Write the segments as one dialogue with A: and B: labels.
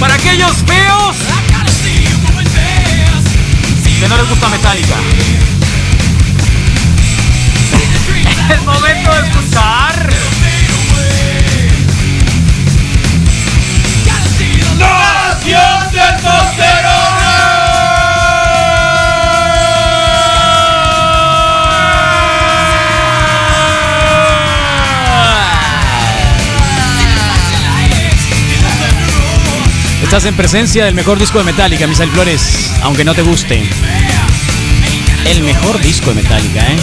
A: Para aquellos feos que no les gusta Metallica. Es momento de escuchar.
B: ¡Nación
C: Estás en presencia del mejor disco de Metallica, Misael Flores, aunque no te guste. El mejor disco de Metallica, ¿eh?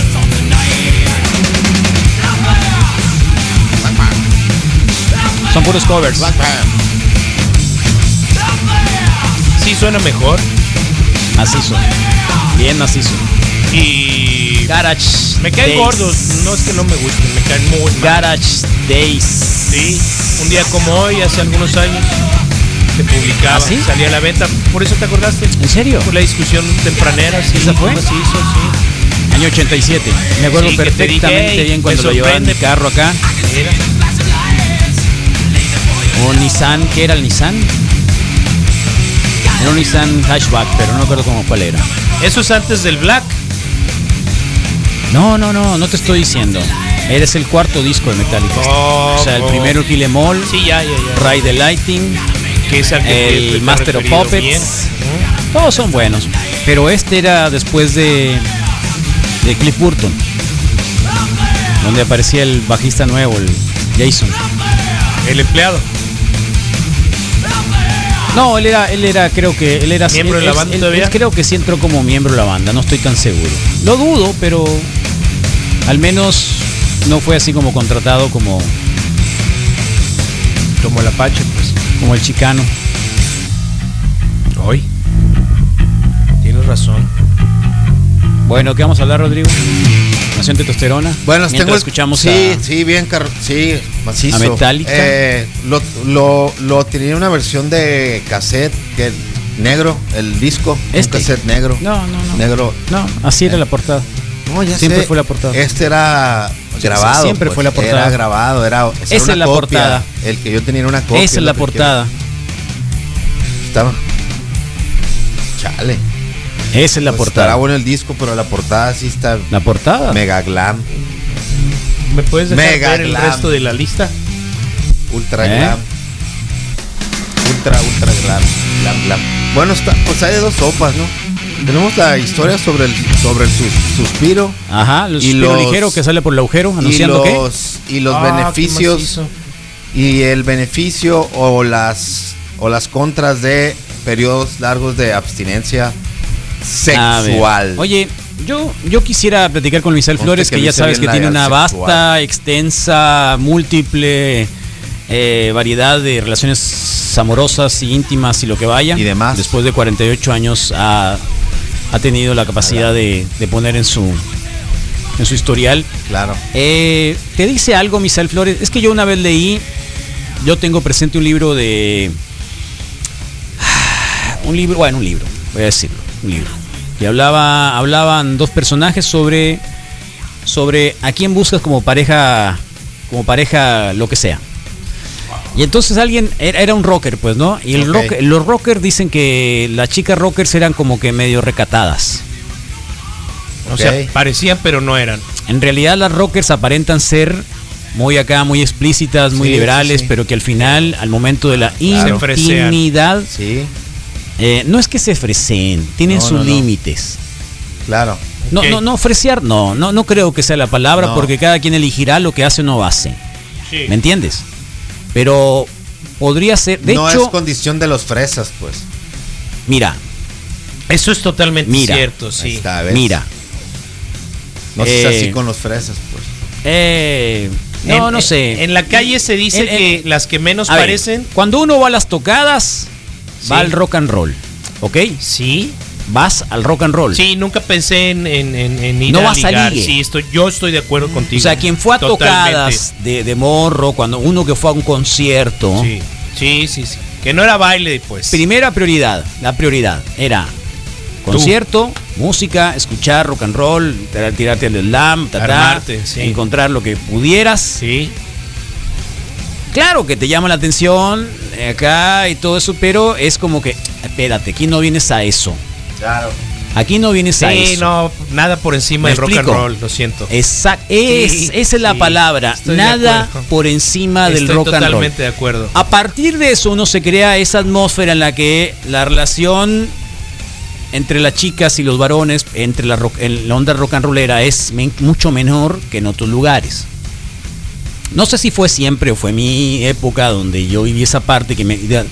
C: Son puros covers.
B: Sí suena mejor
C: Macizo. Bien macizo.
B: y
C: Garage.
B: me caen
C: Days.
B: gordos. No es que no me gusten, me caen muy mal.
C: Garage Days.
B: Sí, un día como hoy, hace algunos años, se publicaba,
C: ¿Ah, sí?
B: salía a la venta. Por eso te acordaste.
C: ¿En serio?
B: Por la discusión tempranera, sí.
C: ¿Esa fue?
B: macizo, sí.
C: Año 87. Me acuerdo
B: Sí, que te dije,
C: perfectamente
B: "Ey,
C: bien cuando
B: me
C: lo llevaba en mi
B: sorprende".
C: carro acá.
B: Mira.
C: O Nissan, ¿qué era el Nissan? Era un Nissan hatchback, pero no me acuerdo cómo cuál era.
B: Eso es antes del Black.
C: No, no, no, no te estoy diciendo. Eres el cuarto disco de Metallica.
B: Oh,
C: o sea, el
B: oh.
C: primero Kill Em All,
B: Sí, ya, ya, ya.
C: Ride the Lighting,
B: Que es al que
C: el
B: te- te
C: Master of
B: referido
C: Puppets.
B: bien.
C: todos son buenos. Pero este era después de, de Cliff Burton, donde aparecía el bajista nuevo, el Jason.
B: El empleado.
C: No, él era, él era, creo que él era
B: ¿Miembro de
C: él-
B: la
C: él-
B: banda
C: él-
B: todavía?
C: él creo que sí entró como miembro de la banda, no estoy tan seguro. Lo dudo, pero al menos no fue así como contratado como,
B: Como el Apache, pues.
C: como el chicano.
B: Hoy. Tienes razón.
C: Bueno, ¿qué vamos a hablar, Rodrigo? Nación Testosterona.
D: Bueno, las
C: Mientras
D: tengo
C: escuchamos
D: Sí,
C: a-
D: sí, bien, car- sí, macizo.
C: ¿A Metallica?
D: Eh, lo, lo, lo tenía una versión de cassette que negro, el disco,
C: Este.
D: un cassette negro.
C: No, no, no.
D: Negro.
C: No, así era la portada.
D: No, ya
C: Siempre
D: sé,
C: fue la portada.
D: Este era
C: sea,
D: grabado. pues.
C: siempre fue la portada.
D: Era grabado, era, o sea,
C: Esa
D: una
C: es la
D: copia.
C: portada.
D: El que yo tenía era una copia.
C: Esa es la
D: lo que
C: portada.
D: pues, quiero- Estaba. Chale.
C: Esa es la
D: Pues
C: portada. Ah.
D: Estará bueno el disco, pero la portada sí está
C: La portada.
D: mega glam,
B: ¿Me puedes dejar
D: Mega
B: ver el
D: glam.
B: resto de la lista?
D: ultra
C: ¿Eh?
D: glam. Ultra, ultra glam, glam, glam. Bueno, está, pues hay de dos sopas, ¿no? Tenemos la historia sobre el, sobre el sus- suspiro
C: Ajá, el
D: Y
C: suspiro
D: los-
C: ligero que sale por el agujero
D: y
C: anunciando que
D: los, y los
B: Ah, qué
D: beneficios
B: macizo.
D: y el beneficio o las o las contras de periodos largos de abstinencia
C: A ver.
D: sexual.
C: Ah, Oye, yo, yo quisiera platicar con Luisel
D: Conste
C: Flores, que,
D: que
C: ya
D: Luisel
C: sabes que
D: bien
C: tiene
D: la
C: una
D: sexual.
C: vasta, extensa, múltiple eh, variedad de relaciones amorosas y íntimas y lo que vaya.
D: Y demás.
C: Después de 48 años ha, ha tenido la capacidad de, de poner en su, en su historial.
D: claro.
C: Eh, ¿Te dice algo, Misael Flores? Es que yo una vez leí, yo tengo presente un libro de... Un libro, bueno, un libro, voy a decirlo, un libro. Y hablaba, hablaban dos personajes sobre, sobre a quién buscas como pareja, como pareja lo que sea. Y entonces alguien, era era un rocker, pues, ¿no? Y el
D: Ok.
C: rock- los rockers dicen que las chicas rockers eran como que medio recatadas.
B: O
D: Ok.
B: sea, parecían, pero no eran.
C: En realidad las rockers aparentan ser muy acá, muy explícitas, muy
D: Sí,
C: liberales,
D: sí, sí.
C: pero que al final, al momento de la
B: Claro. Se fresean.
C: intimidad,
D: Sí,
C: eh, no es que se freseen, tienen
D: No,
C: sus
D: no, no.
C: límites.
D: claro.
C: No,
B: Ok.
C: no, no, fresear, no, no, no creo que sea la palabra,
D: No.
C: porque cada quien elegirá lo que hace o no hace.
B: Sí.
C: ¿Me entiendes? Pero podría ser, de
D: no
C: hecho,
D: es condición de los fresas, pues.
C: mira,
B: Eso es totalmente
C: Mira.
B: cierto, sí.
D: Ahí está, Ah, ¿ves?
C: mira.
D: No es
C: Eh,
D: así con los fresas, pues.
C: eh, no,
B: En-
C: no sé.
B: En la calle se dice
C: En- en-
B: que las que menos
C: A ver,
B: parecen.
C: cuando uno va a las tocadas,
B: Sí.
C: va al rock and roll, ¿ok?
B: Sí.
C: Vas al rock and roll.
B: Sí, nunca pensé en, en- en- en ir
C: Pues No
B: a
C: vas a
B: ligar.
C: ligue.
B: sí, estoy, yo estoy de acuerdo contigo.
C: O sea, quien fue a
B: Totalmente.
C: tocadas de, de morro, cuando uno que fue a un concierto,
B: Sí, sí, sí, sí. Que no era baile, pues.
C: primera prioridad, la prioridad era concierto, música, escuchar rock and roll, tar- tirarte al slam, ta, ta,
B: Armarte, sí.
C: encontrar lo que pudieras
B: sí.
C: Claro que te llama la atención eh, acá y todo eso, pero es como que, espérate, aquí no vienes a eso.
D: Claro.
C: Aquí no vienes a
B: Sí,
C: eso.
B: no, nada por encima
C: ¿Me
B: del rock and
C: explico?
B: roll, lo siento.
C: Exacto, es,
B: Sí,
C: esa es la
B: sí,
C: palabra.
B: estoy de
C: Nada
B: acuerdo.
C: por encima del
B: Estoy
C: rock and roll.
B: totalmente de acuerdo.
C: A partir de eso uno se crea esa atmósfera en la que la relación entre las chicas y los varones, entre la, rock- en la onda rock and rollera es men- mucho menor que en otros lugares. No sé si fue siempre o fue mi época donde yo viví esa parte que me... de-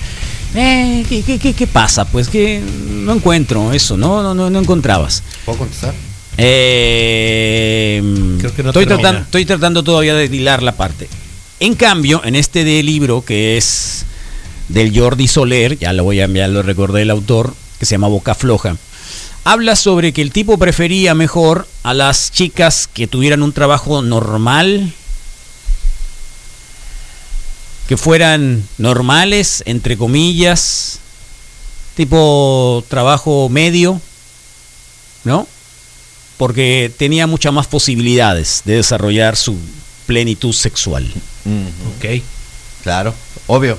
C: eh, ¿qué, qué, qué- qué pasa? Pues que no encuentro eso, no, no, no, no encontrabas.
D: ¿Puedo contestar?
C: Eh,
B: Creo que no
C: estoy,
B: termina.
C: tratando, estoy tratando todavía de hilar la parte. En cambio, en este de libro que es del Jordi Soler, ya lo voy a enviar, lo recordé el autor, que se llama Boca Floja, habla sobre que el tipo prefería mejor a las chicas que tuvieran un trabajo normal, que fueran normales, entre comillas, tipo trabajo medio, ¿no? Porque tenía muchas más posibilidades de desarrollar su plenitud sexual.
B: Ok.
D: Claro. Obvio.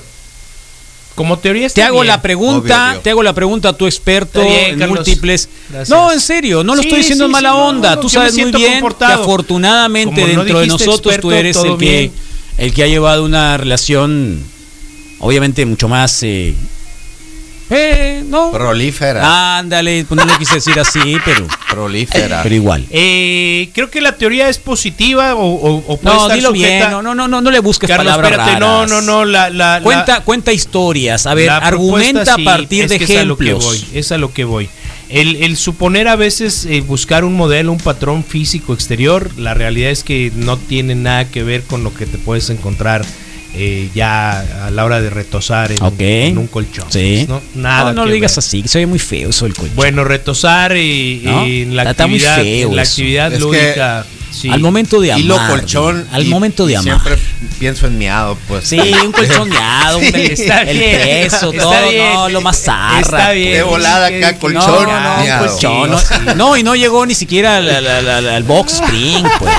B: Como teoría
C: Te
B: está
C: hago
B: bien.
C: la pregunta,
D: Obvio, obvio.
C: te hago la pregunta a tu experto
B: Está bien,
C: en
B: Carlos.
C: múltiples.
B: Gracias.
C: No, en serio, no lo
B: Sí,
C: estoy diciendo
B: sí,
C: en mala
B: sí, no,
C: onda.
B: no,
C: tú
B: yo me
C: sabes muy
B: siento
C: bien que
B: confortado.
C: afortunadamente
B: Como no
C: dentro de
B: dijiste
C: nosotros tú
B: experto,
C: eres
B: todo
C: el que
B: bien.
C: el que ha llevado una relación obviamente mucho más eh, eh, no.
D: Prolífera.
C: Ándale, pues no le quise decir así, pero
D: Prolífera.
C: pero igual.
B: Eh, creo que la teoría es positiva o, o, o puede
C: No,
B: estar
C: dilo
B: sujeta-
C: bien, no, no, no, no, no le busques
B: Carlos,
C: palabras
B: espérate, no,
C: raras.
B: no, no, la, la- la-
C: Cuenta, cuenta historias, a ver,
B: la
C: argumenta
B: propuesta,
C: a
B: sí,
C: partir
B: es
C: de
B: que Es a lo que
C: ejemplos.
B: voy, es a lo que voy. El, el suponer a veces eh, buscar un modelo, un patrón físico exterior, la realidad es que no tiene nada que ver con lo que te puedes encontrar eh, ya a la hora de retosar en,
C: Ok.
B: en un colchón.
C: Sí.
B: pues, ¿no? Nada
C: No, no
B: que
C: lo digas
B: ver.
C: así, que se ve muy feo eso el colchón.
B: Bueno, retosar y,
C: ¿No?
B: y en la
C: Está muy
B: actividad,
C: feo
B: en la
C: eso.
B: actividad
D: Es que
B: lúdica. sí.
C: Al momento de amar.
D: Hilo colchón.
C: Al
D: y-
C: momento de
D: y
C: amar.
D: Siempre pienso en miado, pues.
C: Sí, un colchoneado, un
B: está
C: el
B: bien,
C: peso,
B: está
C: todo,
B: bien.
C: no, lo más zarra. pues.
B: Está bien.
D: De volada
B: Sí, pues, que-
D: acá,
C: No,
D: colchón,
C: no, un
D: miado.
C: colchón, no, no, y no llegó ni siquiera al, al- al- al- al box spring, pues.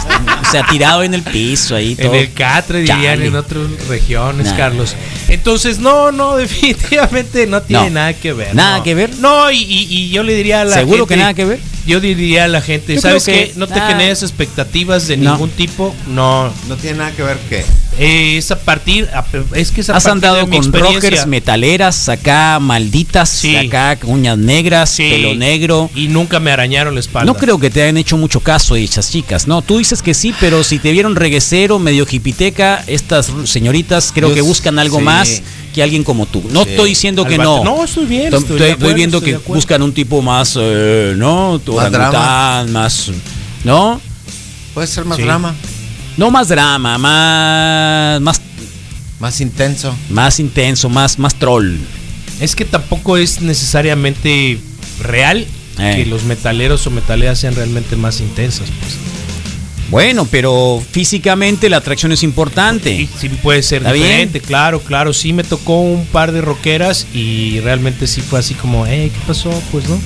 C: O sea, tirado en el piso ahí todo.
B: En el Catre dirían
C: Chale.
B: en otras regiones,
C: Nah.
B: Carlos. Entonces, no, no, definitivamente no tiene
C: No.
B: nada que ver.
C: ¿Nada
B: no.
C: que ver?
B: No, y, y- y yo le diría a la
C: ¿Seguro
B: gente-
C: que nada que ver?
B: Yo diría a la gente,
C: Yo
B: ¿sabes
C: creo que
B: qué? No te
C: nada.
B: generes expectativas de
C: No.
B: ningún tipo. No.
D: No tiene nada que ver qué.
B: Eh, es a partir. a- es que es a
C: Has
B: partir de
C: andado
B: mi
C: con
B: experiencia.
C: rockers metaleras acá, malditas,
B: Sí.
C: acá, con uñas negras,
B: Sí.
C: pelo negro.
B: Y nunca me arañaron la espalda.
C: No creo que te hayan hecho mucho caso dichas chicas. No, tú dices que sí, pero si te vieron reguecero, medio jipiteca, estas señoritas creo
D: Yo
C: que
D: s-
C: buscan algo
D: sí.
C: más que alguien como tú. No
D: Sí.
C: estoy diciendo
B: Al
C: que
B: vato-
C: no.
B: No, estoy bien.
C: Estoy,
B: estoy de
C: estoy
B: acuerdo,
C: viendo
B: estoy
C: que
B: de acuerdo.
C: buscan un tipo más, eh, ¿no?
D: Más drama.
C: Orangután, más, ¿no?
D: Puede ser más
B: Sí.
D: drama,
C: No más drama, más, más,
D: más intenso.
C: más intenso, más, más troll.
B: Es que tampoco es necesariamente real
C: Eh.
B: que los metaleros o metaleras sean realmente más intensas. Pues.
C: Bueno, pero físicamente la atracción es
B: Y
C: importante.
B: sí puede ser
C: ¿Está
B: diferente, claro, claro. Sí me tocó un par de rockeras y realmente sí fue así como, "Ey, ¿qué pasó? Pues no.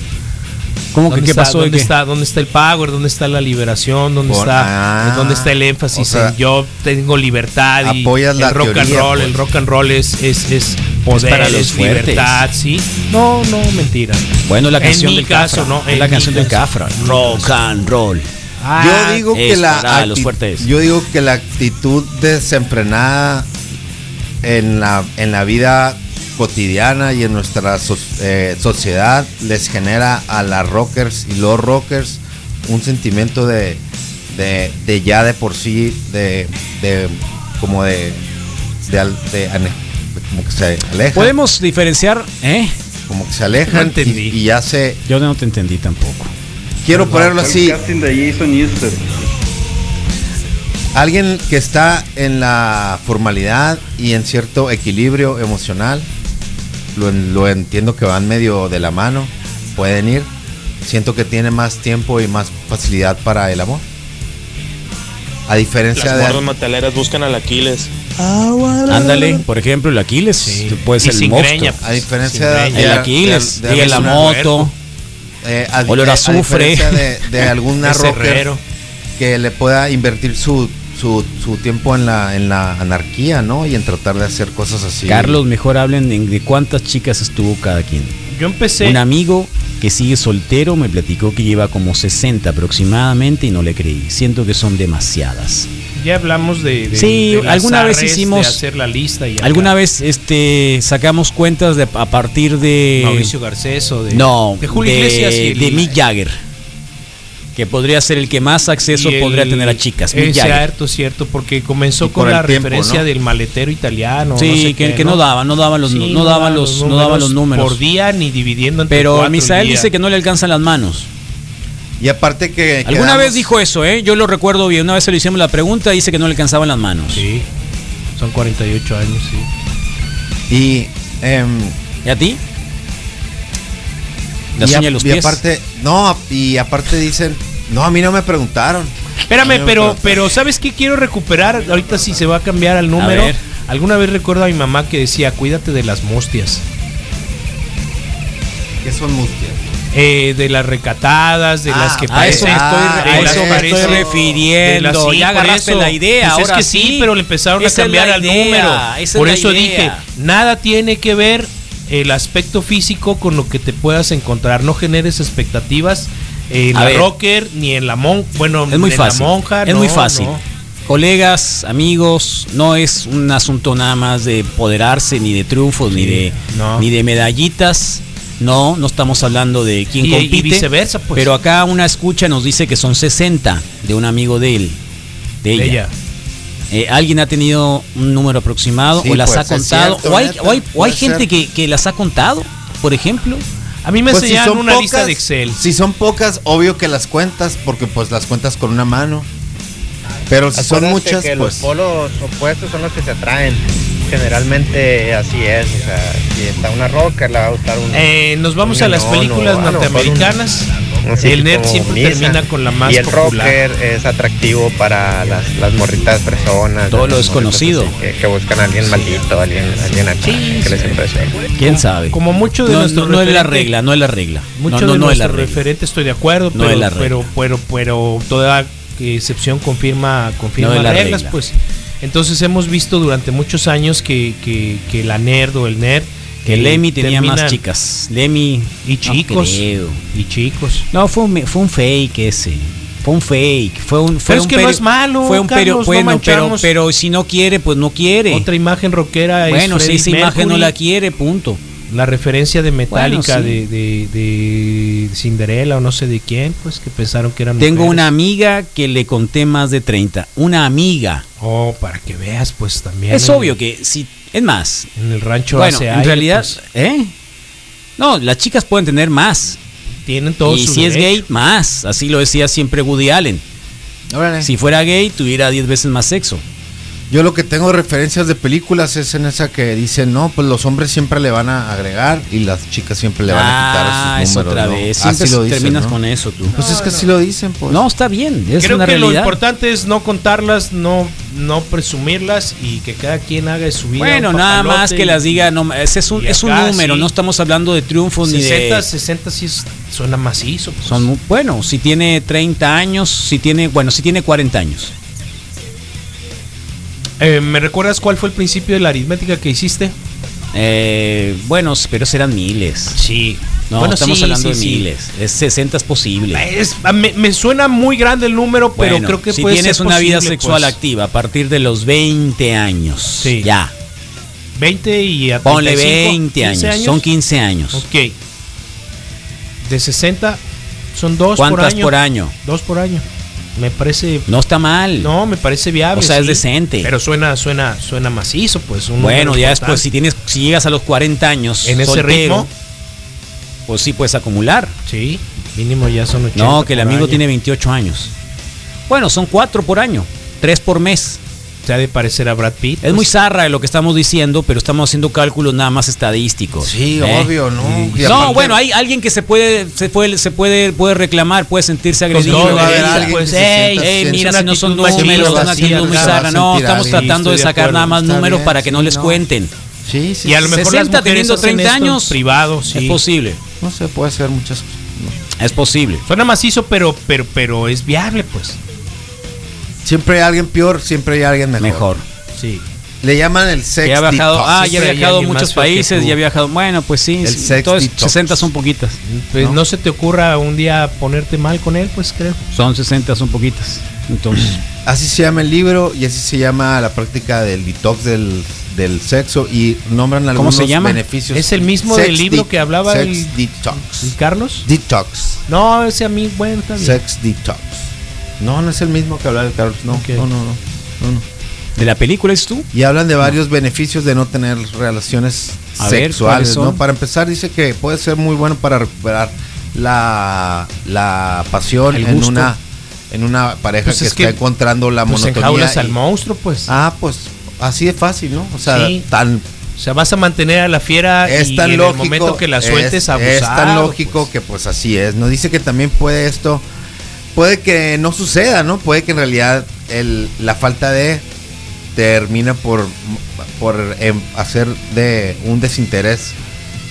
C: ¿Cómo que
B: ¿Dónde
C: qué
B: está-
C: pasó?
B: ¿Dónde
C: ¿Qué?
B: está, ¿Dónde está el power? ¿Dónde está la liberación? ¿Dónde
D: Por-
B: está
D: ah,
B: dónde está el énfasis
D: o sea,
B: en yo tengo libertad y
D: apoyas
B: el
D: la
B: rock and
D: teoría,
B: roll,
D: pues.
B: el rock and roll es es, es poder,
C: para
B: es
C: los fuertes.
B: libertad, sí. No, no, mentira.
C: Bueno, la
B: En
C: canción
B: mi
C: del
B: caso,
C: Cafra.
B: no,
C: Es
B: en
C: la
B: mi
C: canción del
B: caso.
C: Cafra. Rock and roll.
B: Ah,
D: yo digo que
C: es
D: la
C: para los
D: acti-
C: fuertes.
D: yo digo que la actitud desenfrenada en la en la vida cotidiana y en nuestra so- eh, sociedad les genera a las rockers y los rockers un sentimiento de, de, de ya de por sí de, de como de de, al- de ane- como que se alejan
C: Podemos diferenciar, ¿eh?
D: como que se alejan
B: No entendí.
D: y, y ya se
C: Yo no te entendí tampoco.
D: quiero ponerlo
E: Fue
D: así
E: Ah, El casting de Jason Newsted.
D: Alguien que está en la formalidad y en cierto equilibrio emocional, lo, en- lo entiendo que van medio de la mano, pueden ir. Siento que tiene más tiempo y más facilidad para el amor. A diferencia
F: Las morras
D: de...
F: mataleras buscan al Aquiles.
C: Ándale, por ejemplo, el Aquiles.
B: Sí.
C: Puede
B: Y
C: ser el
B: sin
C: monstruo.
B: greña, pues.
D: A diferencia de...
B: Sin
D: de-
C: El Aquiles.
D: de- de
C: y la
D: alguna-
C: moto.
D: eh, a,
C: Olor a azufre.
D: diferencia de, de alguna
B: Es
D: rocker
B: herrero.
D: que le pueda invertir su, su, su tiempo en la, en la anarquía, ¿no? Y en tratar de hacer cosas así.
C: Carlos, mejor hablen en- de cuántas chicas estuvo cada quien.
B: Yo empecé.
C: Un amigo que sigue soltero me platicó que lleva como 60 aproximadamente y no le creí. Siento que son demasiadas.
B: Ya hablamos de. de-
C: Sí,
B: de las
C: alguna vez
B: arres,
C: hicimos-
B: de hacer la lista. Y
C: ¿Alguna
B: hablar
C: vez este, sacamos cuentas de, a partir
B: de
C: de...
B: Mauricio Garcés o de.
C: eh, No,
B: De Julio
C: de-
B: Iglesias y el-
C: de Mick Jagger. Que podría ser el que más acceso
B: y el-
C: podría tener a chicas. Mick
B: Es
C: Jagger.
B: cierto, cierto, porque comenzó
D: Y
B: con
D: por
B: la
D: el tiempo,
B: referencia
D: ¿no?
B: del maletero italiano.
C: Sí,
B: sé
C: que,
B: qué,
C: que no daba, no daba los,
B: Sí,
C: no daba los, no daba los números.
B: Por día ni dividiendo entre
C: Pero
B: cuatro
C: Misael
B: el día.
C: dice que no le alcanzan las manos.
D: Y aparte que.
C: Alguna
D: quedamos-
C: vez dijo eso, ¿eh? Yo lo recuerdo bien. Una vez se le hicimos la pregunta, dice que no le alcanzaban las manos.
B: Sí, son 48 años, sí.
D: Y. em,
C: ¿Y a ti? La
D: y, a-
C: uña de los
D: y
C: pies.
D: aparte. No, y aparte dicen. No, a mí no me preguntaron.
B: Espérame,
D: No me
B: pero,
D: preguntaron.
B: pero ¿sabes qué quiero recuperar? Ahorita sí se va a cambiar al número.
C: ver.
B: Alguna vez recuerdo a mi mamá que decía, cuídate de las mostias,
D: Que son mustias.
B: eh, de las recatadas, de
D: Ah,
B: las que
D: a
C: a eso
B: parecen...
C: me estoy,
D: Ah,
C: a
B: de las
C: eso me
B: parecen-
C: estoy
B: de las-
C: refiriendo.
B: sí,
C: ya
B: por
C: agarraste
B: eso.
C: la idea.
B: Pues
C: ahora
B: es que sí, pero le empezaron
C: Esa
B: a
C: es
B: cambiar
C: la
B: al
C: idea,
B: número.
C: esa es
B: Por
C: la
B: eso
C: idea.
B: dije, nada tiene que ver el aspecto físico con lo que te puedas encontrar. No generes expectativas eh, en
C: A
B: la
C: ver.
B: rocker ni en la monja. Bueno,
C: Es muy
B: en
C: fácil.
B: la monja.
C: es
B: no,
C: muy fácil.
B: no.
C: Colegas, amigos, no es un asunto nada más de empoderarse, ni de triunfos, ni,
B: Sí,
C: de,
B: no.
C: ni de medallitas. No, no estamos hablando de quién
B: Y- y
C: compite.
B: viceversa, pues.
C: Pero acá una escucha nos dice que son 60 de un amigo de él, de ella.
B: Ella.
C: Eh, ¿Alguien ha tenido un número aproximado
D: Sí,
C: o las
D: pues,
C: ha
D: es
C: contado?
D: cierto,
C: ¿O hay,
D: neta,
C: o hay- o hay
D: puede
C: gente
D: ser.
C: que, que las ha contado, por ejemplo?
B: A mí me
D: Pues
B: enseñaron una lista de Excel.
D: Si son pocas, obvio que las cuentas, porque pues las cuentas con una mano. Pero si son
E: Acuérdate
D: muchas,
E: que los
D: pues.
E: polos opuestos son los que se atraen. Generalmente así es. O sea, si está una roca, la va a gustar una.
B: Eh, nos vamos a las
E: No, no,
B: películas
E: no, no,
B: norteamericanas.
E: Así
B: el nerd
E: como
B: siempre
E: Misa.
B: termina con la más
E: Y el
B: popular.
E: rocker es atractivo para las, las morritas personas.
C: Todo lo desconocido.
E: Que, que buscan a alguien maldito, alguien, alguien acá, que les impresione.
C: ¿Quién sabe?
B: Como mucho de
C: no,
B: nuestro
C: no- no es la
B: referente-
C: regla, no es la regla.
B: Mucho
C: no, no,
B: de
C: no es la
B: nuestro
C: regla.
B: referente estoy de acuerdo,
C: No
B: pero,
C: es la regla.
B: pero, pero, pero toda excepción confirma, confirma
C: No es la
B: reglas,
C: regla.
B: pues. Entonces hemos visto durante muchos años que, que, que la nerd o el nerd
C: Que
B: eh,
C: Lemmy tenía más
B: terminan-
C: chicas. Lemmy
B: y chicos
C: No, creo.
B: y chicos.
C: No, fue, un, fue un fake ese. Fue un fake. Fue un. Fue
B: Pero es
C: un
B: que no es malo,
C: Fue un
B: Carlos,
C: perio-
B: no
C: bueno, pero,
B: manchamos.
C: pero si no quiere, pues no quiere.
B: Otra imagen rockera
C: bueno,
B: es
C: si
B: Freddie
C: esa imagen no
B: Mercury.
C: la quiere, punto.
B: la referencia de Metallica
C: Bueno, sí.
B: de, de, de Cinderella o no sé de quién, pues que pensaron que eran
C: Tengo una
B: mujeres.
C: amiga que le conté más de 30. Una amiga.
B: Oh, para que veas, pues también.
C: Es
B: en-
C: obvio que si. Es más.
B: En el rancho
C: Bueno,
B: hace
C: en
B: aire,
C: realidad.
B: pues,
C: ¿Eh? No, las chicas pueden tener más.
B: tienen todos
C: y
B: sus
C: si es gay, más. Así lo decía siempre Woody Allen.
B: Eh.
D: Órale.
C: Si fuera gay, tuviera 10 veces más sexo.
D: Yo lo que tengo referencias de películas es en esa que dicen, no, pues los hombres siempre le van a agregar y las chicas siempre le van
C: ah,
D: a quitar
C: es
D: sus números.
C: otra
D: ¿no?
C: vez.
D: Así
C: Siempre
D: lo dicen,
C: terminas
D: ¿no?
C: con eso tú.
D: Pues es que así lo dicen, pues.
C: No, está bien, es
B: Creo
C: una
B: que lo
C: realidad.
B: importante es no contarlas, no, no presumirlas y que cada quien haga de su vida.
C: bueno,
B: un
C: nada
B: papalote
C: más que
B: y-
C: las diga, no, ese es un,
B: y
C: es un
B: acá,
C: número,
B: sí.
C: no estamos hablando de triunfos ni
B: 60,
C: de...
B: 60 sí es- suena macizo. pues.
C: Son, muy- bueno, si tiene 30 años, si tiene, bueno, si tiene 40 años.
B: Eh, ¿Me recuerdas cuál fue el principio de la aritmética que hiciste?
C: Eh, bueno, pero serán miles.
B: Sí.
C: No, estamos
B: sí, sí,
C: hablando de
B: sí.
C: miles. Es 60 es posible.
B: Es- a- me, me suena muy grande el número, pero
C: Bueno,
B: creo que
C: si
B: puede
C: tienes
B: ser
C: una vida
B: posible,
C: sexual
B: pues.
C: activa a partir de los 20 años,
B: Sí.
C: ya.
B: 20 y a
C: Ponle
B: 35,
C: 20 años,
B: 15
C: son 15 años.
B: Ok. De 60 son dos Pues por
C: ¿Cuántas
B: año.
C: por año?
B: Dos por año. Me parece
C: No está mal.
B: no, me parece viable.
C: O sea, es decente.
B: Pero suena suena suena macizo, pues un
C: Bueno,
B: número
C: ya
B: importante.
C: después, si tienes, si llegas a los 40 años
B: en ese
C: soltero,
B: ritmo,
C: pues sí puedes acumular.
B: sí, mínimo ya son 80.
C: No, que el
B: por
C: amigo
B: año.
C: tiene 28 años. Bueno, son 4 por año, 3 por mes.
B: se ha de parecer a Brad Pitt. pues.
C: Es muy zarra lo que estamos diciendo, pero estamos haciendo cálculos nada más estadísticos.
D: Sí,
C: ¿eh?
D: obvio, ¿no? Y
C: No,
D: aparte-
C: bueno, hay alguien que se puede, se puede, se puede, puede reclamar, puede sentirse agredido.
B: todo,
D: va a haber
C: agredida.
D: alguien que
B: pues,
D: se sienta-
B: ey,
D: se
C: Ey,
D: sienta
C: mira,
B: una
C: si no son
B: actitud machista,
C: números, están
B: vacía,
C: haciendo muy
B: nunca se
C: zarra.
D: va a
C: No,
D: sentir
C: estamos
D: alguien.
C: tratando
B: Estoy
C: de
B: de
C: sacar
B: acuerdo,
C: nada más
D: está
C: números
D: bien,
C: para que no
D: sí,
C: les
D: no.
C: cuenten.
D: Sí, sí.
B: y a lo
D: sí,
B: mejor
C: 60
B: las mujeres
C: teniendo
B: hacen
C: 30
B: esto en
C: años,
B: privado, sí.
C: Es posible,
D: No se puede hacer muchas cosas.
C: es posible.
B: Suena macizo, pero pero pero es viable, pues.
D: Siempre hay alguien peor, siempre hay alguien mejor.
C: mejor.
B: Sí.
D: Le llaman el sex
C: Que ha viajado,
D: detox.
C: ah,
B: sí,
C: ya ha
B: pero hay
C: viajado a
B: alguien
C: muchos
B: más feo que
C: países,
B: tú.
C: ya ha viajado. Bueno, pues sí,
D: El
C: sí,
D: sex
C: entonces
D: detox.
C: 60 son poquitas.
B: Pues
C: ¿No?
B: ¿No? se te ocurra un día ponerte mal con él, pues creo.
C: Son 60 son poquitas. Entonces,
D: Así se llama el libro y así se llama la práctica del detox del, del sexo y nombran algunos
C: se llama?
D: beneficios.
B: ¿Es el mismo del libro
D: de-
B: que hablaba
D: Sex
B: el-
D: detox.
B: ¿Y Carlos?
D: Detox.
B: No, ese a mí, bueno, está bien.
D: Sex detox. No, no es el mismo que hablaba el Carlos. No,
B: Ok.
D: no, no, no, no, no.
C: ¿de la película es tú?
D: Y hablan de varios beneficios de no tener relaciones
C: A ver,
D: sexuales,
C: ¿cuáles
D: ¿no?
C: son?
D: Para empezar, dice que puede ser muy bueno para recuperar la, la pasión
C: El
D: en
C: gusto.
D: una, en una pareja
B: Pues
D: que
B: es
D: está
B: que,
D: encontrando la
B: Pues
D: monotonía.
B: enjaulas
D: y-
B: al monstruo, pues.
D: ah, pues así de fácil, ¿no? O sea,
B: Sí.
D: tan
B: O sea, vas a mantener a la fiera y
D: es tan
B: en
D: lógico,
B: el momento que la
D: es-
B: sueltes
D: es,
B: abusado.
D: tan lógico
B: pues.
D: que pues así es. Nos dice que también puede esto, puede que no suceda, ¿no? Puede que en realidad el, la falta de termina por, por em, hacer de un desinterés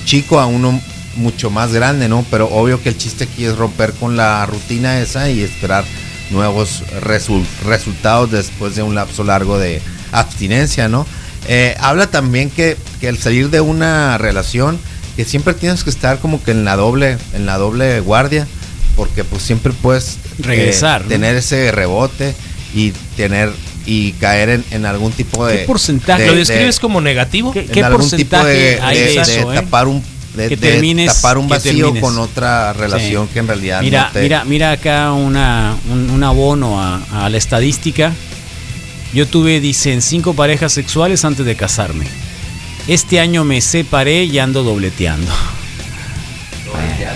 D: chico a uno mucho más grande, ¿no? Pero obvio que el chiste aquí es romper con la rutina esa y esperar nuevos resul- resultados después de un lapso largo de abstinencia, ¿no? Eh, habla también que, que al salir de una relación, que siempre tienes que estar como que en la doble, en la doble guardia, porque pues siempre puedes eh,
C: Regresar, ¿no?
D: tener ese rebote y tener y caer en, en algún tipo de
C: ¿Qué porcentaje?
D: de-
B: ¿Lo
D: de-
B: describes como negativo?
C: ¿Qué-
D: en
C: qué
D: algún tipo
C: porcentaje
D: de,
C: hay
D: de-
C: de
D: de
C: eso, eh?
D: tapar un de,
C: Que
D: de
C: termines-
D: tapar un
C: que
D: vacío
C: termines.
D: con otra relación
C: Sí.
D: que en realidad
C: Mira,
D: no te-
C: mira, mira acá una, un, un abono a, a la estadística. Yo tuve, dicen, cinco parejas sexuales antes de casarme. Este año me separé y ando dobleteando.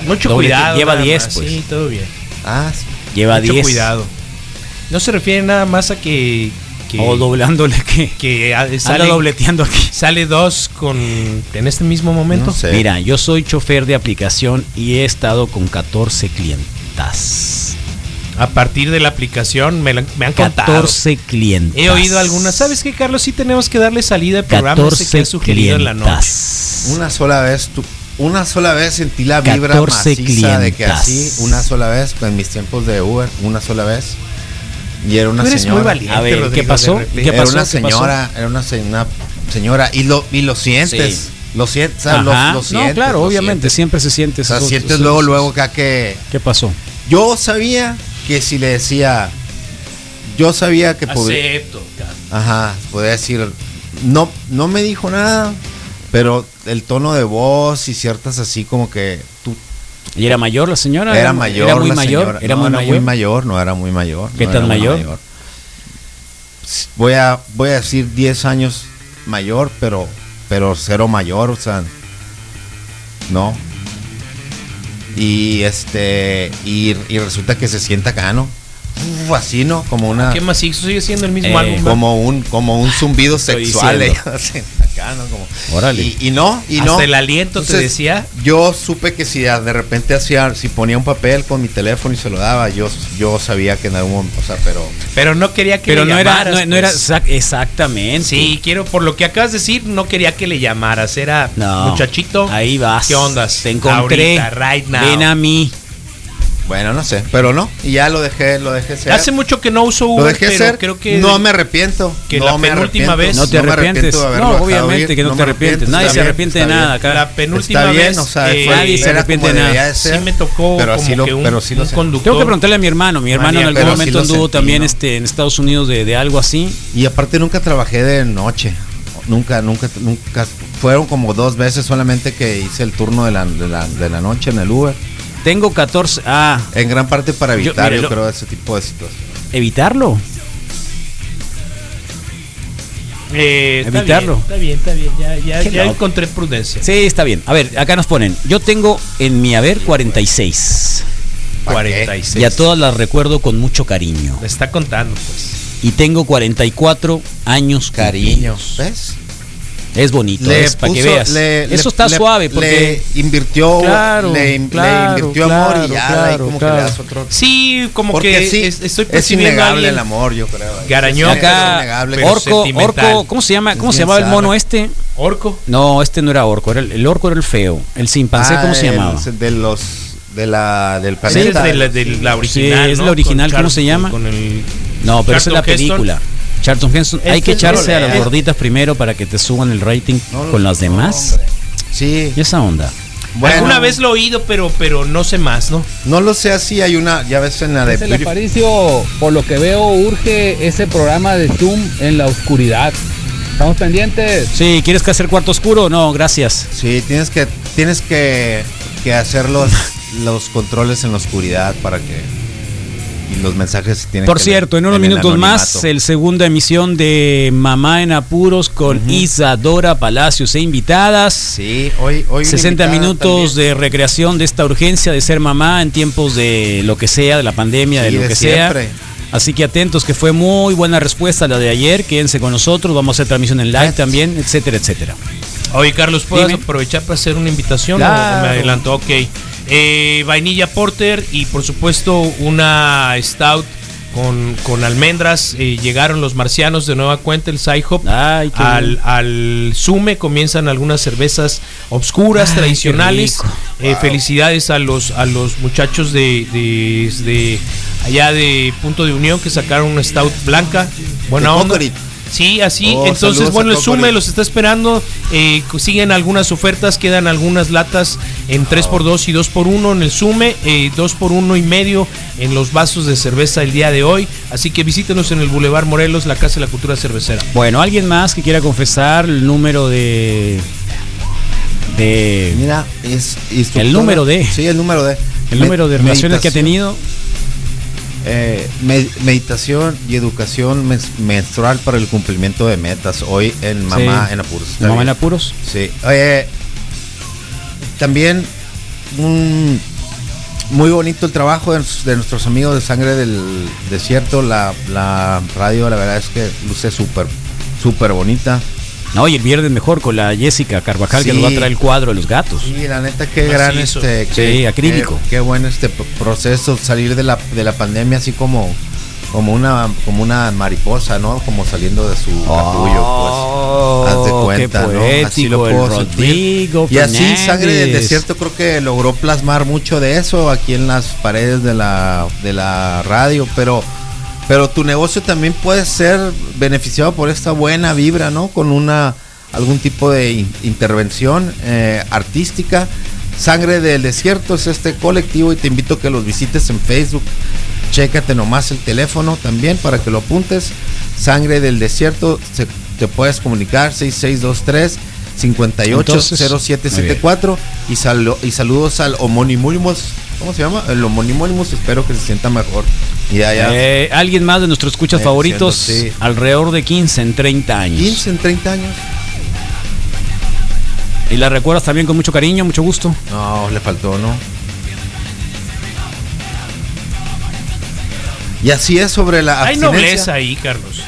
B: Mucho
C: Doble-
B: cuidado.
C: lleva
B: nada
C: 10,
B: más.
C: pues.
B: Sí, todo bien.
D: Ah, sí.
C: Lleva
B: Mucho
C: 10.
B: cuidado. No se refiere nada más a que. que
C: O doblándole que,
B: que a-
C: anda
B: sale,
C: dobleteando aquí.
B: sale dos con. En este mismo momento.
D: No sé.
C: Mira, yo soy chofer de aplicación y he estado con 14 clientas.
B: A partir de la aplicación me, la- me han contado.
C: 14 clientes.
B: He oído algunas. ¿Sabes qué, Carlos? Sí tenemos que darle salida al programa ese
C: 14
B: que ha sugerido en la noche.
C: clientas.
D: una sola vez tú una sola vez sentí la vibra
C: 14
D: maciza de que
C: clientas.
D: así una sola vez en mis tiempos de Uber una sola vez y era una
B: Tú eres
D: señora
B: muy valiente,
C: A ver, ¿qué
B: Rodrigo, de
C: pasó?
B: repente.
C: ¿Qué
D: era
C: pasó?
D: una
C: ¿Qué pasó?
D: señora era una, se- una señora y lo y lo sientes
C: Sí.
D: lo sientes o sea, lo,
C: Ajá.
D: lo sientes
C: no, claro,
D: lo
C: obviamente,
D: sientes.
C: siempre se siente.
D: o sea
C: eso-
D: sientes
C: eso-
D: luego luego acá que
C: ¿Qué pasó?
D: Yo sabía que si le decía, yo sabía que podía,
B: Acepto. Carlos.
D: ajá, podía decir, no, no me dijo nada, pero el tono de voz y ciertas así como que tú
C: ¿Y era mayor la señora?
D: era mayor,
C: Era muy
D: la
C: mayor.
D: señora.
C: Era,
D: No,
C: muy, mayor.
D: no era muy mayor.
C: ¿Qué
D: no
C: tan
D: era muy
C: mayor?
D: Voy a, voy a decir 10 años mayor, pero, pero cero mayor, o sea, no. Y este, y, y resulta que se sienta acá, ¿no? Uf, así, ¿no? Como una,
B: ¿Qué más? Sí, sigue siendo el mismo
C: Eh,
B: álbum. ¿verdad?
D: como un, como un zumbido
C: Estoy
D: sexual.
C: diciendo.
D: ella así, acá, ¿no? Como-
C: Órale.
D: y, y no, y
B: Hasta
D: no.
B: el aliento te
D: Entonces,
B: decía.
D: Yo supe que si de repente hacía, si ponía un papel con mi teléfono y se lo daba, yo, yo sabía que en algún momento, o sea, pero
B: Pero no quería que
C: Pero
B: le
C: no era,
B: llamaras,
C: no, no era
B: pues.
C: exac- exactamente.
B: Sí, quiero, por lo que acabas de decir, no quería que le llamaras. Era
C: No.
B: muchachito.
C: Ahí vas.
B: ¿Qué onda?
C: Te encontré.
B: Ahorita, right now.
C: Ven a mí.
D: bueno, no sé, pero no, y ya lo dejé, lo dejé ser.
B: Hace mucho que no uso
D: lo
B: Uber,
D: dejé
B: pero
D: ser,
B: creo que.
D: no me arrepiento.
B: que
D: no
B: la
D: me
B: penúltima
D: arrepiento,
B: vez-
C: No te
D: me
C: arrepientes.
D: arrepiento de haberlo
C: No,
D: dejado
C: obviamente
D: ir,
C: que no, te
D: me
C: arrepientes.
D: arrepiento,
C: Nadie
D: está
C: se
D: bien,
C: arrepiente de
D: está
C: nada
D: bien.
C: acá.
B: La penúltima
D: Está bien,
B: vez.
D: o sea,
B: eh,
D: fue-
C: nadie se
D: era
C: arrepiente
D: como
C: de nada.
D: debía de ser,
B: sí me tocó
D: pero
B: como
D: así lo,
B: que un,
D: pero sí lo
B: un
D: sentí.
B: conductor.
C: Tengo que preguntarle a mi hermano. Mi hermano
B: Manía,
C: en algún
D: pero sí
C: momento
D: lo
C: anduvo
D: sentí,
C: también
D: ¿no?
C: este, en Estados Unidos de, de algo así.
D: Y aparte nunca trabajé de noche. Nunca, nunca, nunca. Fueron como dos veces solamente que hice el turno de la, de la, de la noche en el Uber.
C: Tengo 14. Ah,
D: En gran parte para
C: Yo-
D: evitar, yo,
C: mire, lo-
D: creo, ese tipo de situaciones.
C: evitarlo.
B: Eh, está
C: Evitarlo.
B: bien, Está bien, está bien. Ya, ya,
C: Qué
B: ya
C: loco.
B: encontré prudencia.
C: Sí, está bien. A ver, acá nos ponen. Yo tengo en mi haber 46.
D: ¿Para
B: 46.
C: Y a todas las recuerdo con mucho cariño.
B: Me está contando, pues.
C: Y tengo 44 años cumplidos.
D: ¿Ves?
C: Es bonito, pues. es para que
D: puso-
C: veas.
D: le- le-
C: Eso está
D: le-
C: suave porque
D: Le invirtió,
C: Claro,
D: le, in- le
C: claro,
D: invirtió amor y ya,
C: claro,
D: ahí como
C: claro.
D: que le das otro.
B: Sí, como
D: Porque
B: que
D: sí,
B: es- estoy
D: es
B: percibiendo a
D: innegable
B: alguien
D: el amor, yo creo.
B: Garañón.
D: Es
C: acá
D: innegable. Ah,
B: pero
C: Orco,
B: sentimental.
C: Orco, ¿cómo se llama?
D: Es
C: ¿Cómo se
D: bien
C: llamaba el
D: zarra.
C: mono este?
B: Orco.
C: No, este no era Orco, era el, el Orco era el feo, el chimpancé
D: Ah,
C: ¿cómo se
D: el-
C: llamaba?
D: De los, de la, del
B: Ese es
D: planeta.
B: de la, de la original.
C: es la
B: ¿no?
C: original,
B: Con
C: ¿cómo se llama?
B: Con el
C: No, pero esa es la
B: Charlton Heston.
C: película. Charlton Heston, hay
D: Este
F: Es
C: que
F: el-
C: echarse a
F: el-
C: las
F: el-
C: gorditas primero para que te suban el rating
D: No lo-
C: con las
D: no,
C: demás.
D: hombre. Sí.
C: y esa onda.
D: Bueno,
B: Alguna vez lo he oído, pero, pero no sé más, ¿no?
D: No lo sé así, hay una, ya ves en la de
F: Es el
D: Beauty-
F: Aparicio, por lo que veo, urge ese programa de Zoom en la oscuridad. Estamos pendientes.
C: Sí, ¿quieres que hacer cuarto oscuro? No, gracias.
D: Sí, tienes que, tienes que, que hacer los, los controles en la oscuridad para que. Y los mensajes se tienen
C: Por
D: que
C: cierto,
D: leer
C: en unos
D: el
C: minutos más,
D: anonimato.
C: el segunda emisión de Mamá en Apuros con Isadora Palacios e invitadas.
D: Sí, hoy. hoy una
C: 60
D: invitada
C: minutos
D: también.
C: de recreación de esta urgencia de ser mamá en tiempos de lo que sea, de la pandemia, de
D: Sí,
C: lo
D: de
C: que
D: siempre.
C: sea. Así que atentos, que fue muy buena respuesta la de ayer. Quédense con nosotros, vamos a hacer transmisión en live también, etcétera, etcétera.
B: Oye, Carlos, ¿puedes
C: Dime.
B: aprovechar para hacer una invitación?
D: Claro.
B: O me adelanto, ok. Eh, vainilla Porter y por supuesto una Stout con, con almendras. Eh, llegaron los marcianos de nueva cuenta, el Sci-Hop.
C: Ay, qué
B: Al, al Sume comienzan algunas cervezas obscuras, tradicionales.
C: rico.
B: Eh, Felicidades a los, a los muchachos de, de- de allá de Punto de Unión que sacaron una Stout blanca. Buena
D: De
B: onda.
D: Cocorit.
B: Sí, así.
D: Oh,
B: Entonces,
D: saludos
B: bueno,
D: a
B: el Sume
D: Cocorit.
B: los está esperando. Eh, siguen algunas ofertas, quedan algunas latas en 3x2 y 2x1 en el Sume, eh, 2x1 y medio en los vasos de cerveza el día de hoy. Así que visítenos en el Boulevard Morelos, la Casa de la Cultura Cervecera.
C: Bueno, alguien más que quiera confesar el número de. de
D: Mira, es. instructora.
C: El número de-
D: Sí, el número de.
C: el
D: Me-
C: número de relaciones que ha
D: meditación,
C: tenido.
D: eh, me- meditación y educación mes- menstrual para el cumplimiento de metas. Hoy en Mamá
C: Sí.
D: en Apuros. Está
C: Mamá en
D: bien.
C: apuros.
D: Sí. Oye, también mm, muy bonito el trabajo de, nos- de nuestros amigos de Sangre del Desierto. La, la radio, la verdad es que luce súper, súper bonita.
C: No, y el viernes mejor con la Jessica Carvajal que
D: Sí.
C: nos va a traer el cuadro de los gatos.
D: Sí, la neta, qué gran
B: Macizo.
D: este.
C: Sí,
D: qué-
C: acrílico.
D: Qué, qué buen este p- proceso, salir de la, de la pandemia así como. Como una, como una mariposa, ¿no? Como saliendo de su
C: Ah,
D: capullo, pues. Haz de
C: Oh, qué
D: cuenta, ¿no? Así lo
C: poético el
D: puedo sentir.
C: Rodrigo
D: Y así
C: Fernández.
D: Sangre del Desierto creo que logró plasmar mucho de eso aquí en las paredes de la, de la radio, pero, pero tu negocio también puede ser beneficiado por esta buena vibra, ¿no? Con una algún tipo de in- intervención eh, artística. Sangre del Desierto es este colectivo y te invito a que los visites en Facebook. Chécate nomás el teléfono también para que lo apuntes. Sangre del Desierto, se- te puedes comunicar 6623 580774 y, salu- y saludos al homónimos. ¿Cómo se llama? El homónimos, espero que se sienta mejor. Y ya, ya.
C: Eh, alguien más de nuestros escuchas
D: Eh,
C: favoritos,
D: siendo, sí.
C: alrededor de 15 en 30 años.
D: 15 en 30 años.
C: Y la recuerdas también con mucho cariño, mucho gusto.
D: No, le faltó, ¿no? Y así es sobre la
B: Hay
D: abstinencia.
B: nobleza ahí, Carlos.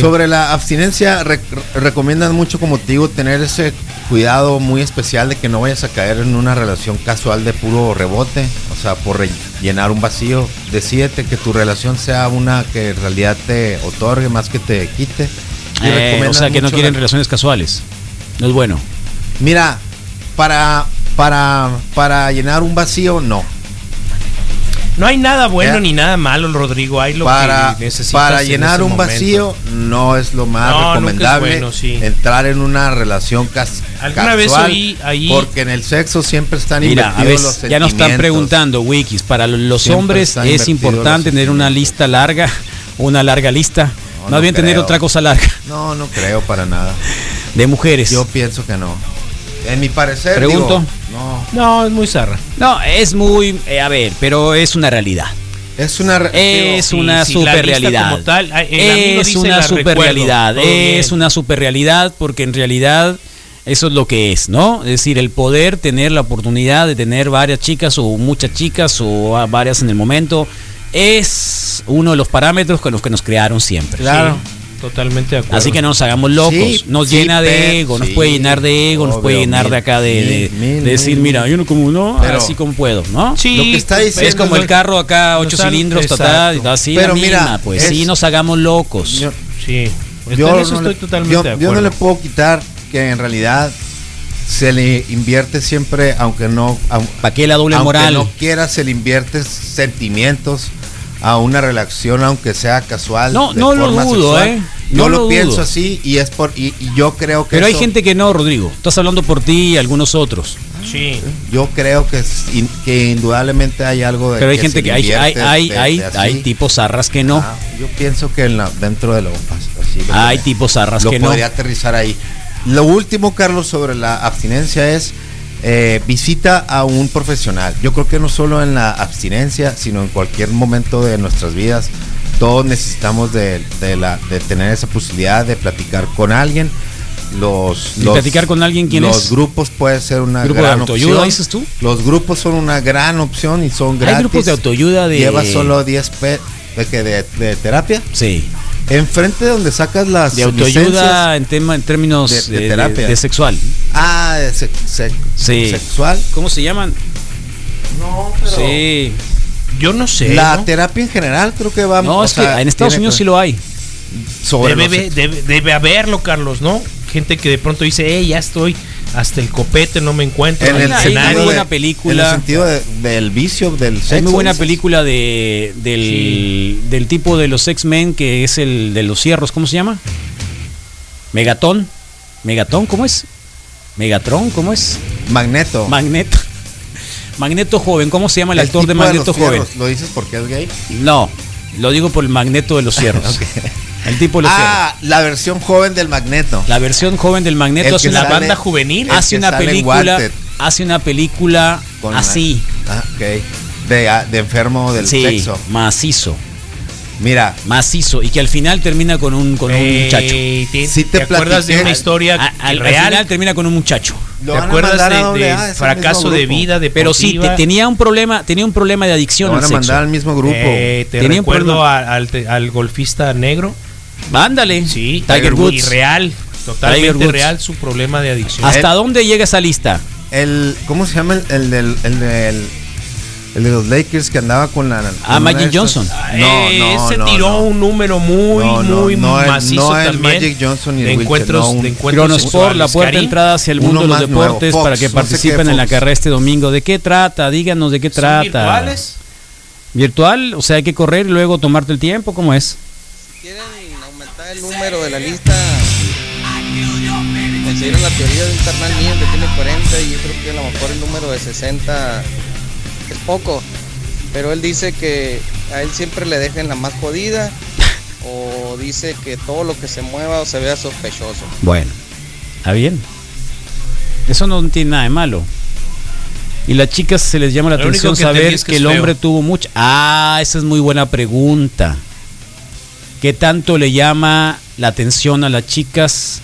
D: Sobre la abstinencia, rec- recomiendan mucho, como te digo, tener ese cuidado muy especial de que no vayas a caer en una relación casual de puro rebote, o sea, por re- llenar un vacío. Decídete que tu relación sea una que en realidad te otorgue más que te quite. Y
C: Eh, o
D: recomiendan
C: sea, que no
D: mucho
C: quieren
D: la-
C: relaciones casuales. No es bueno.
D: Mira, para, para, para llenar un vacío, no.
B: No hay nada bueno
D: Ya.
B: ni nada malo, Rodrigo. Hay lo
D: para,
B: que necesitas.
D: para
B: en
D: llenar
B: ese
D: un
B: momento.
D: vacío no es lo más
B: No, nunca es
D: recomendable
B: bueno, sí.
D: entrar en una relación cas
B: Alguna vez oí ahí-
D: porque en el sexo siempre están
C: Mira, a
D: invertidos
C: veces
D: los
C: ya nos están
D: sentimientos.
C: preguntando, Wikis, para lo- los
D: Siempre
C: hombres
D: están
C: es
D: invertidos
C: importante
D: los
C: tener una lista larga, una larga lista.
D: No,
C: más
D: no
C: bien tener
D: creo.
C: otra cosa larga
D: no no creo para nada
C: de mujeres.
D: yo pienso que no en mi parecer
C: Pregunto.
D: digo, no
B: No, es muy zarra.
C: No, es muy, eh, a ver, pero es una realidad.
D: es una re-
C: Es
B: sí,
C: una
B: sí, la
C: super
B: lista
C: realidad.
B: como tal, ah, el amigo
C: Es
B: dice,
C: una
B: "La
C: super
B: recuerdo".
C: realidad.
B: Todo
C: Es
B: bien.
C: una super realidad porque en realidad eso es lo que es, ¿no? Es decir, el poder tener la oportunidad de tener varias chicas o muchas chicas o a- varias en el momento es uno de los parámetros con los que nos crearon siempre.
D: Claro.
B: Totalmente de acuerdo.
C: Así que no nos hagamos locos.
D: Sí,
C: nos
D: sí,
C: llena
D: pero-
C: de ego, nos
D: sí,
C: puede llenar de ego, nos
D: obvio,
C: puede llenar de
D: mil,
C: acá de, de-
D: mil, mil,
C: de decir,
D: mil,
C: mira, yo no como no,
D: Pero-
C: así como puedo, ¿no?
B: Sí,
D: Lo que está
B: pues,
D: diciendo
C: Es como el carro acá, ocho
B: Nos han-
C: cilindros, ta, ta, y
B: Exacto.
C: así
D: Pero
C: la misma,
D: mira,
C: pues
D: es-
C: sí nos hagamos locos.
D: Yo-
B: Sí. Estoy-
D: yo,
B: en
D: no
B: eso
D: le,
B: estoy totalmente
D: yo-
B: de
D: yo
B: acuerdo.
D: no le puedo quitar que en realidad se le invierte siempre aunque no au-
C: ¿Para qué la doble
D: Aunque
C: moral?
D: no quieras, se le inviertes sentimientos. a una relación, aunque sea casual.
C: No,
D: de
C: no lo
D: forma
C: dudo,
D: sexual.
C: ¿eh? No lo
D: Yo lo,
C: dudo.
D: pienso así y es por y, y yo creo que
C: Pero hay
D: eso- Pues,
C: gente que no, Rodrigo. Estás hablando por ti y algunos otros.
B: Sí.
D: yo creo que, es in- que indudablemente hay algo de
C: Pero hay
D: que
C: gente
D: se
C: que hay, hay,
D: invierte,
C: hay,
D: de- de
C: hay,
D: así.
C: hay tipos zarras que no. Ah,
D: Ah, yo pienso que en la- dentro de la así lo
C: hay
D: podría-
C: tipos zarras
D: lo
C: que no.
D: podría aterrizar ahí. Lo último, Carlos, sobre la abstinencia es eh, visita a un profesional. Yo creo que no solo en la abstinencia, sino en cualquier momento de nuestras vidas, todos necesitamos de, de la, de tener esa posibilidad de platicar con alguien. Los,
C: ¿Y
D: los-
C: platicar con alguien quién
D: los
C: es?
D: grupos puede ser una
C: ¿Grupo de
D: gran
C: autoayuda,
D: opción.
C: dices tú?
D: Los grupos son una gran opción y son gratis.
C: Hay grupos de autoayuda de.
D: Lleva solo 10 pe de, que de, de terapia.
C: Sí.
D: Enfrente de donde sacas las
C: De autoayuda
D: licencias.
C: en tema en términos de,
D: De- de
C: de-
D: terapia.
C: de sexual.
D: Ah, de sex- sex-
C: Sí.
D: sexual.
C: ¿Cómo se llaman?
D: No,
C: Sí.
B: Yo no sé.
D: la
B: ¿no?
D: terapia en general creo que va
C: No,
D: o
C: es que
D: sea,
C: en Estados
D: tiene
C: Unidos
D: que-
C: sí lo hay.
D: sobre
B: debe,
D: los sex-
B: debe- debe haberlo, Carlos, ¿no? Gente que de pronto dice, hey, ya estoy hasta el copete, no me encuentro.
D: en
B: no hay
D: el
C: Hay
D: sentido
C: muy
D: de-
C: buena película.
D: en el sentido de- del vicio del sexo.
C: Hay muy buena
D: dices.
C: película de, del, del tipo de los X-Men que es el de los cierros, ¿cómo se llama? Megatón. Megatón, ¿cómo es? Megatron, ¿cómo es?
D: Magneto.
C: Magneto. Magneto joven, ¿cómo se llama el, actor
D: tipo
C: de
D: los
C: Magneto joven?
D: fierros, ¿Lo dices porque es gay?
C: No, lo digo por el Magneto de los cierros. El tipo de los cierros.
D: Ah, la versión joven del Magneto.
C: Pues La versión joven del Magneto
D: El
C: hace
D: que
C: una
D: sale-
C: banda juvenil.
B: juvenil.
D: el
C: Hace
D: que
C: una
D: sale en
C: película.
D: Wanted.
C: Hace una película
D: Con la-
C: así.
D: Ah, ok. De, ah, de enfermo del
C: sí,
D: sexo.
C: macizo.
D: Mira,
C: macizo y que al final termina con un con un muchacho.
B: Eh, ¿Te,
D: Sí te
B: te acuerdas de
D: platiqué.
B: una historia
C: A- al, al
B: real?
C: final termina con un muchacho.
B: ¿Te
D: lo van a
B: acuerdas
D: mandar a
B: de,
D: AA,
B: de
D: es el mismo
B: fracaso de
D: grupo.
B: vida de
C: Pero sí, te- tenía un problema, tenía un problema de adicción
D: Lo
C: al
D: van a
C: sexo. Eh,
D: mandar al mismo grupo.
B: Eh, te
C: Tenía un
B: recuerdo
C: problema.
B: a- al, te- al golfista negro.
C: Ándale.
B: Sí,
C: Tiger Woods.
B: Y real. Totalmente
C: Tiger Woods.
B: real su problema de adicción.
C: ¿Hasta dónde llega esa lista?
D: El, ¿Cómo se llama el, el del... El del- el de los Lakers que andaba con la... con
C: Ah,
D: una
C: Magic
D: de estas-
C: Johnson.
B: Eh, ese tiró
D: no.
B: un número muy,
D: No, no,
B: muy
D: no el-
B: macizo
D: no el
B: también.
D: Magic Johnson y el
B: de
D: Wilson,
B: encuentros,
D: no, un
B: de encuentros
C: Cronosport, la
B: sexuales.
C: puerta de
B: Karim,
C: entrada hacia el
D: uno
C: mundo de los
D: más nuevo,
C: deportes
D: Fox,
C: para que
D: no sé qué
C: participen en la
D: Fox.
C: carrera este domingo. ¿De qué trata? Díganos de qué
B: ¿son
C: trata.
B: virtuales?
C: ¿Virtual? O sea, hay que correr y luego tomarte el tiempo. ¿Cómo es?
G: quieren aumentar el número de la lista, consideran la teoría de un carnal mío que tiene 40 y yo creo que a lo mejor el número de 60 es poco. Pero él dice que a él siempre le dejen la más jodida o dice que todo lo que se mueva o se vea sospechoso.
C: Bueno, está bien. Eso no tiene nada de malo. Y las chicas se les llama la
B: Lo único
C: atención
B: que
C: saber
B: entendí
C: que,
B: es que es
C: el
B: feo.
C: hombre tuvo mucha. Ah, esa es muy buena pregunta. ¿Qué tanto le llama la atención a las chicas?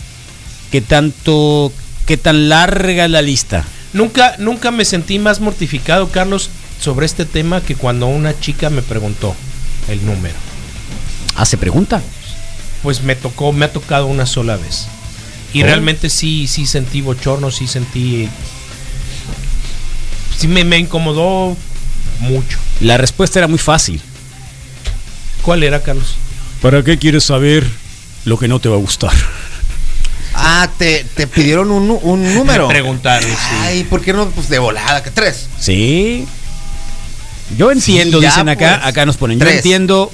C: ¿Qué tanto, qué tan larga es la lista?
B: Nunca, nunca me sentí más mortificado, Carlos, sobre este tema que cuando una chica me preguntó el número.
C: Hace pregunta.
B: Pues me tocó, me ha tocado una sola vez. Y
C: Oh.
B: realmente sí, sí sentí bochorno, sí sentí. Sí me, me incomodó mucho.
C: La respuesta era muy fácil.
B: ¿Cuál era, Carlos?
C: ¿Para qué quieres saber lo que no te va a gustar?
D: Ah, te, te pidieron un, nu- un número.
B: Me preguntaron. sí.
D: Ay, ¿por qué no? Pues de volada, que tres.
C: Sí. Yo entiendo,
D: ya,
C: dicen acá,
D: pues.
C: acá nos ponen. Yo
D: Tres.
C: entiendo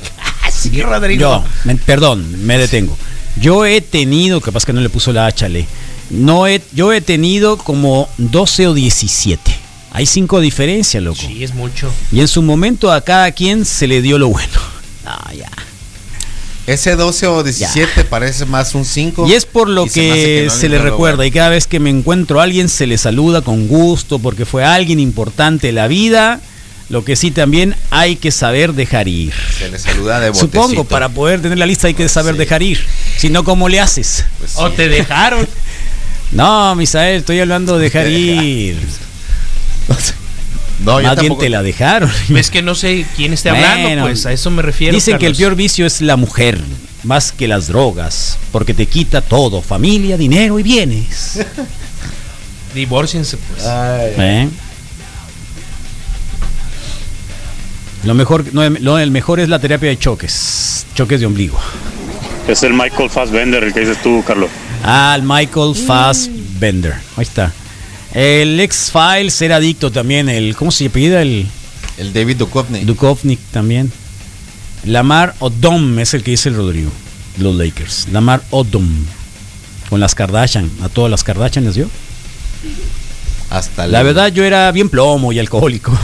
B: Sí, Rodrigo.
C: Yo, me- perdón, me detengo. Yo he tenido, capaz que no le puso la H, Ale. No he, yo he tenido como 12 o 17. Hay cinco diferencias, loco.
B: Sí, es mucho.
C: Y en su momento a cada quien se le dio lo bueno. Ah, ya.
D: Ese 12 o 17 parece más un 5.
C: Y es por lo
D: se me hace
C: que
D: no
C: se le
D: dio lo
C: recuerda. Y
D: bueno.
C: cada vez que me encuentro a alguien se le saluda con gusto porque fue alguien importante en la vida. Lo que sí también hay que saber dejar ir.
D: Se le saluda de botecito.
C: Supongo, para poder tener la lista hay que saber
D: sí.
C: dejar ir. Si no, ¿cómo le haces?
D: Pues sí.
B: O te dejaron.
C: No, Misael, estoy hablando de dejar ir.
D: No, yo
C: Más bien
D: tampoco-
C: te la dejaron.
B: Es que no sé quién esté
C: Bueno,
B: hablando, pues a eso me refiero.
C: Dicen que el
B: Carlos.
C: peor vicio es la mujer, más que las drogas, porque te quita todo, familia, dinero y bienes.
B: Divórciense, pues.
C: ¿Eh? Lo mejor, no, lo, el mejor es la terapia de choques, choques de ombligo.
H: Es el Michael Fassbender, el que dices tú, Carlos.
C: Ah, el Michael Fassbender. Ahí está. El X-Files era adicto también, el, ¿cómo se apellida? El
D: El David Duchovny.
C: Dukovnik también. Lamar Odom es el que dice el Rodrigo. Los Lakers. Lamar Odom. Con las Kardashian. A todas las Kardashian les dio.
D: Hasta
C: La verdad, yo era bien plomo y alcohólico.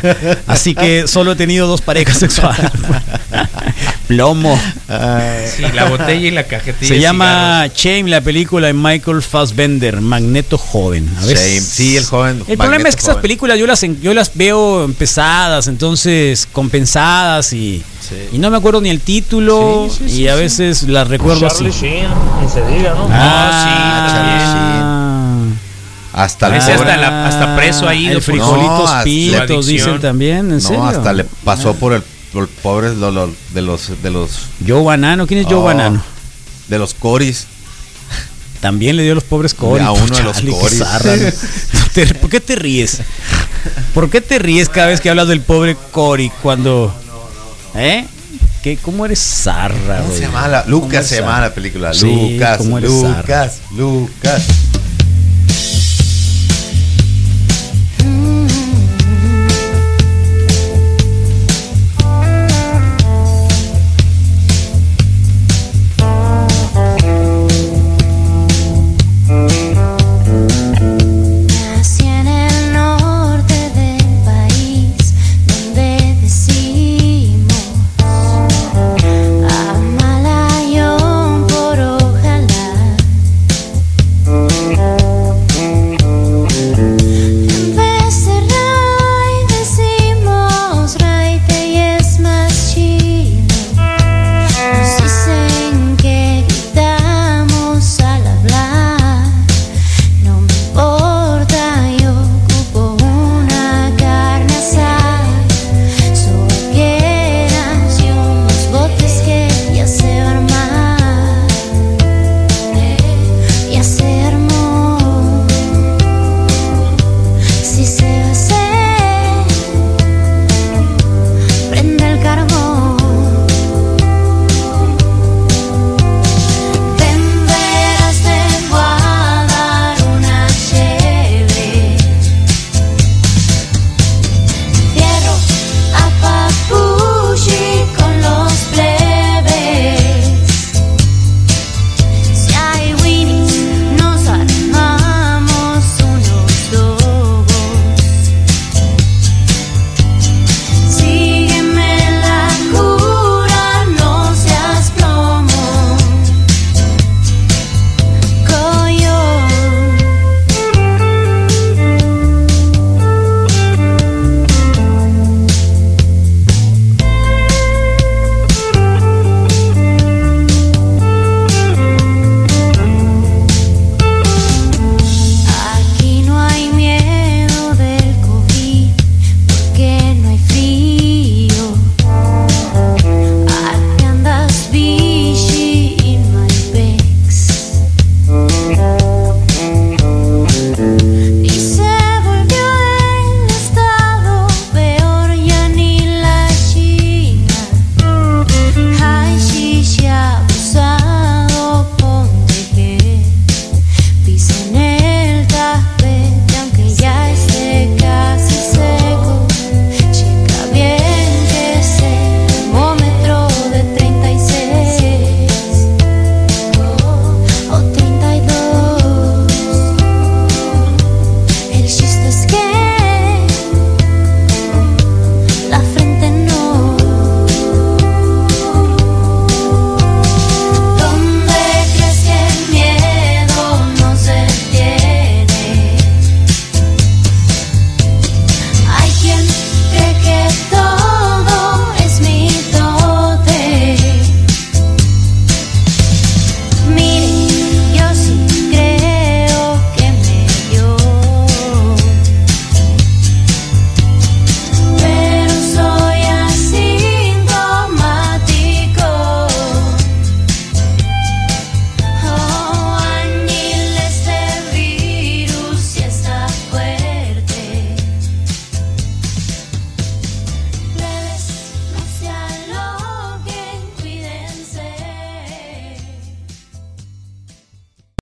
C: Así que solo he tenido dos parejas sexuales. plomo.
B: Sí, la botella y la cajetilla.
C: Se
B: de
C: llama Shame la película de Michael Fassbender, Magneto Joven. A ver.
D: Shame. Sí, el joven.
C: El problema
D: Magneto
C: es que esas
D: joven.
C: películas yo las, en- yo las veo empezadas, entonces compensadas y,
D: Sí.
C: y no me acuerdo ni el título
B: Sí, sí,
C: y
B: sí,
C: a
B: sí.
C: veces las recuerdo así.
D: Ah,
C: Ah,
D: Hasta el
B: Ese
D: pobre-
B: hasta la- hasta preso ha ido
C: El
B: por-
C: frijolitos
D: No, hasta-
C: pintos,
B: su
C: dicen
B: adicción.
C: también, ¿en
D: No,
C: serio? Ah.
D: hasta le pasó por el, por el pobre de los de los de los,
C: Joe Banano, ¿quién es Joe
D: Oh,
C: Banano?
D: de los coris.
C: También le dio a los pobres coris.
D: A uno de los
C: Chale, qué
D: coris.
C: zarra, ¿no? No te- ¿Por qué te ríes? ¿Por qué te ríes cada vez que hablas del pobre cori cuando... ¿Eh? ¿Qué, ¿Cómo eres zarra,
D: ¿Cómo
C: güey?
D: se llama la-
C: ¿Cómo
D: Lucas
C: eres
D: se
C: zarra?
D: llama la película.
C: Sí,
D: Lucas,
C: ¿cómo eres
D: Lucas, Lucas.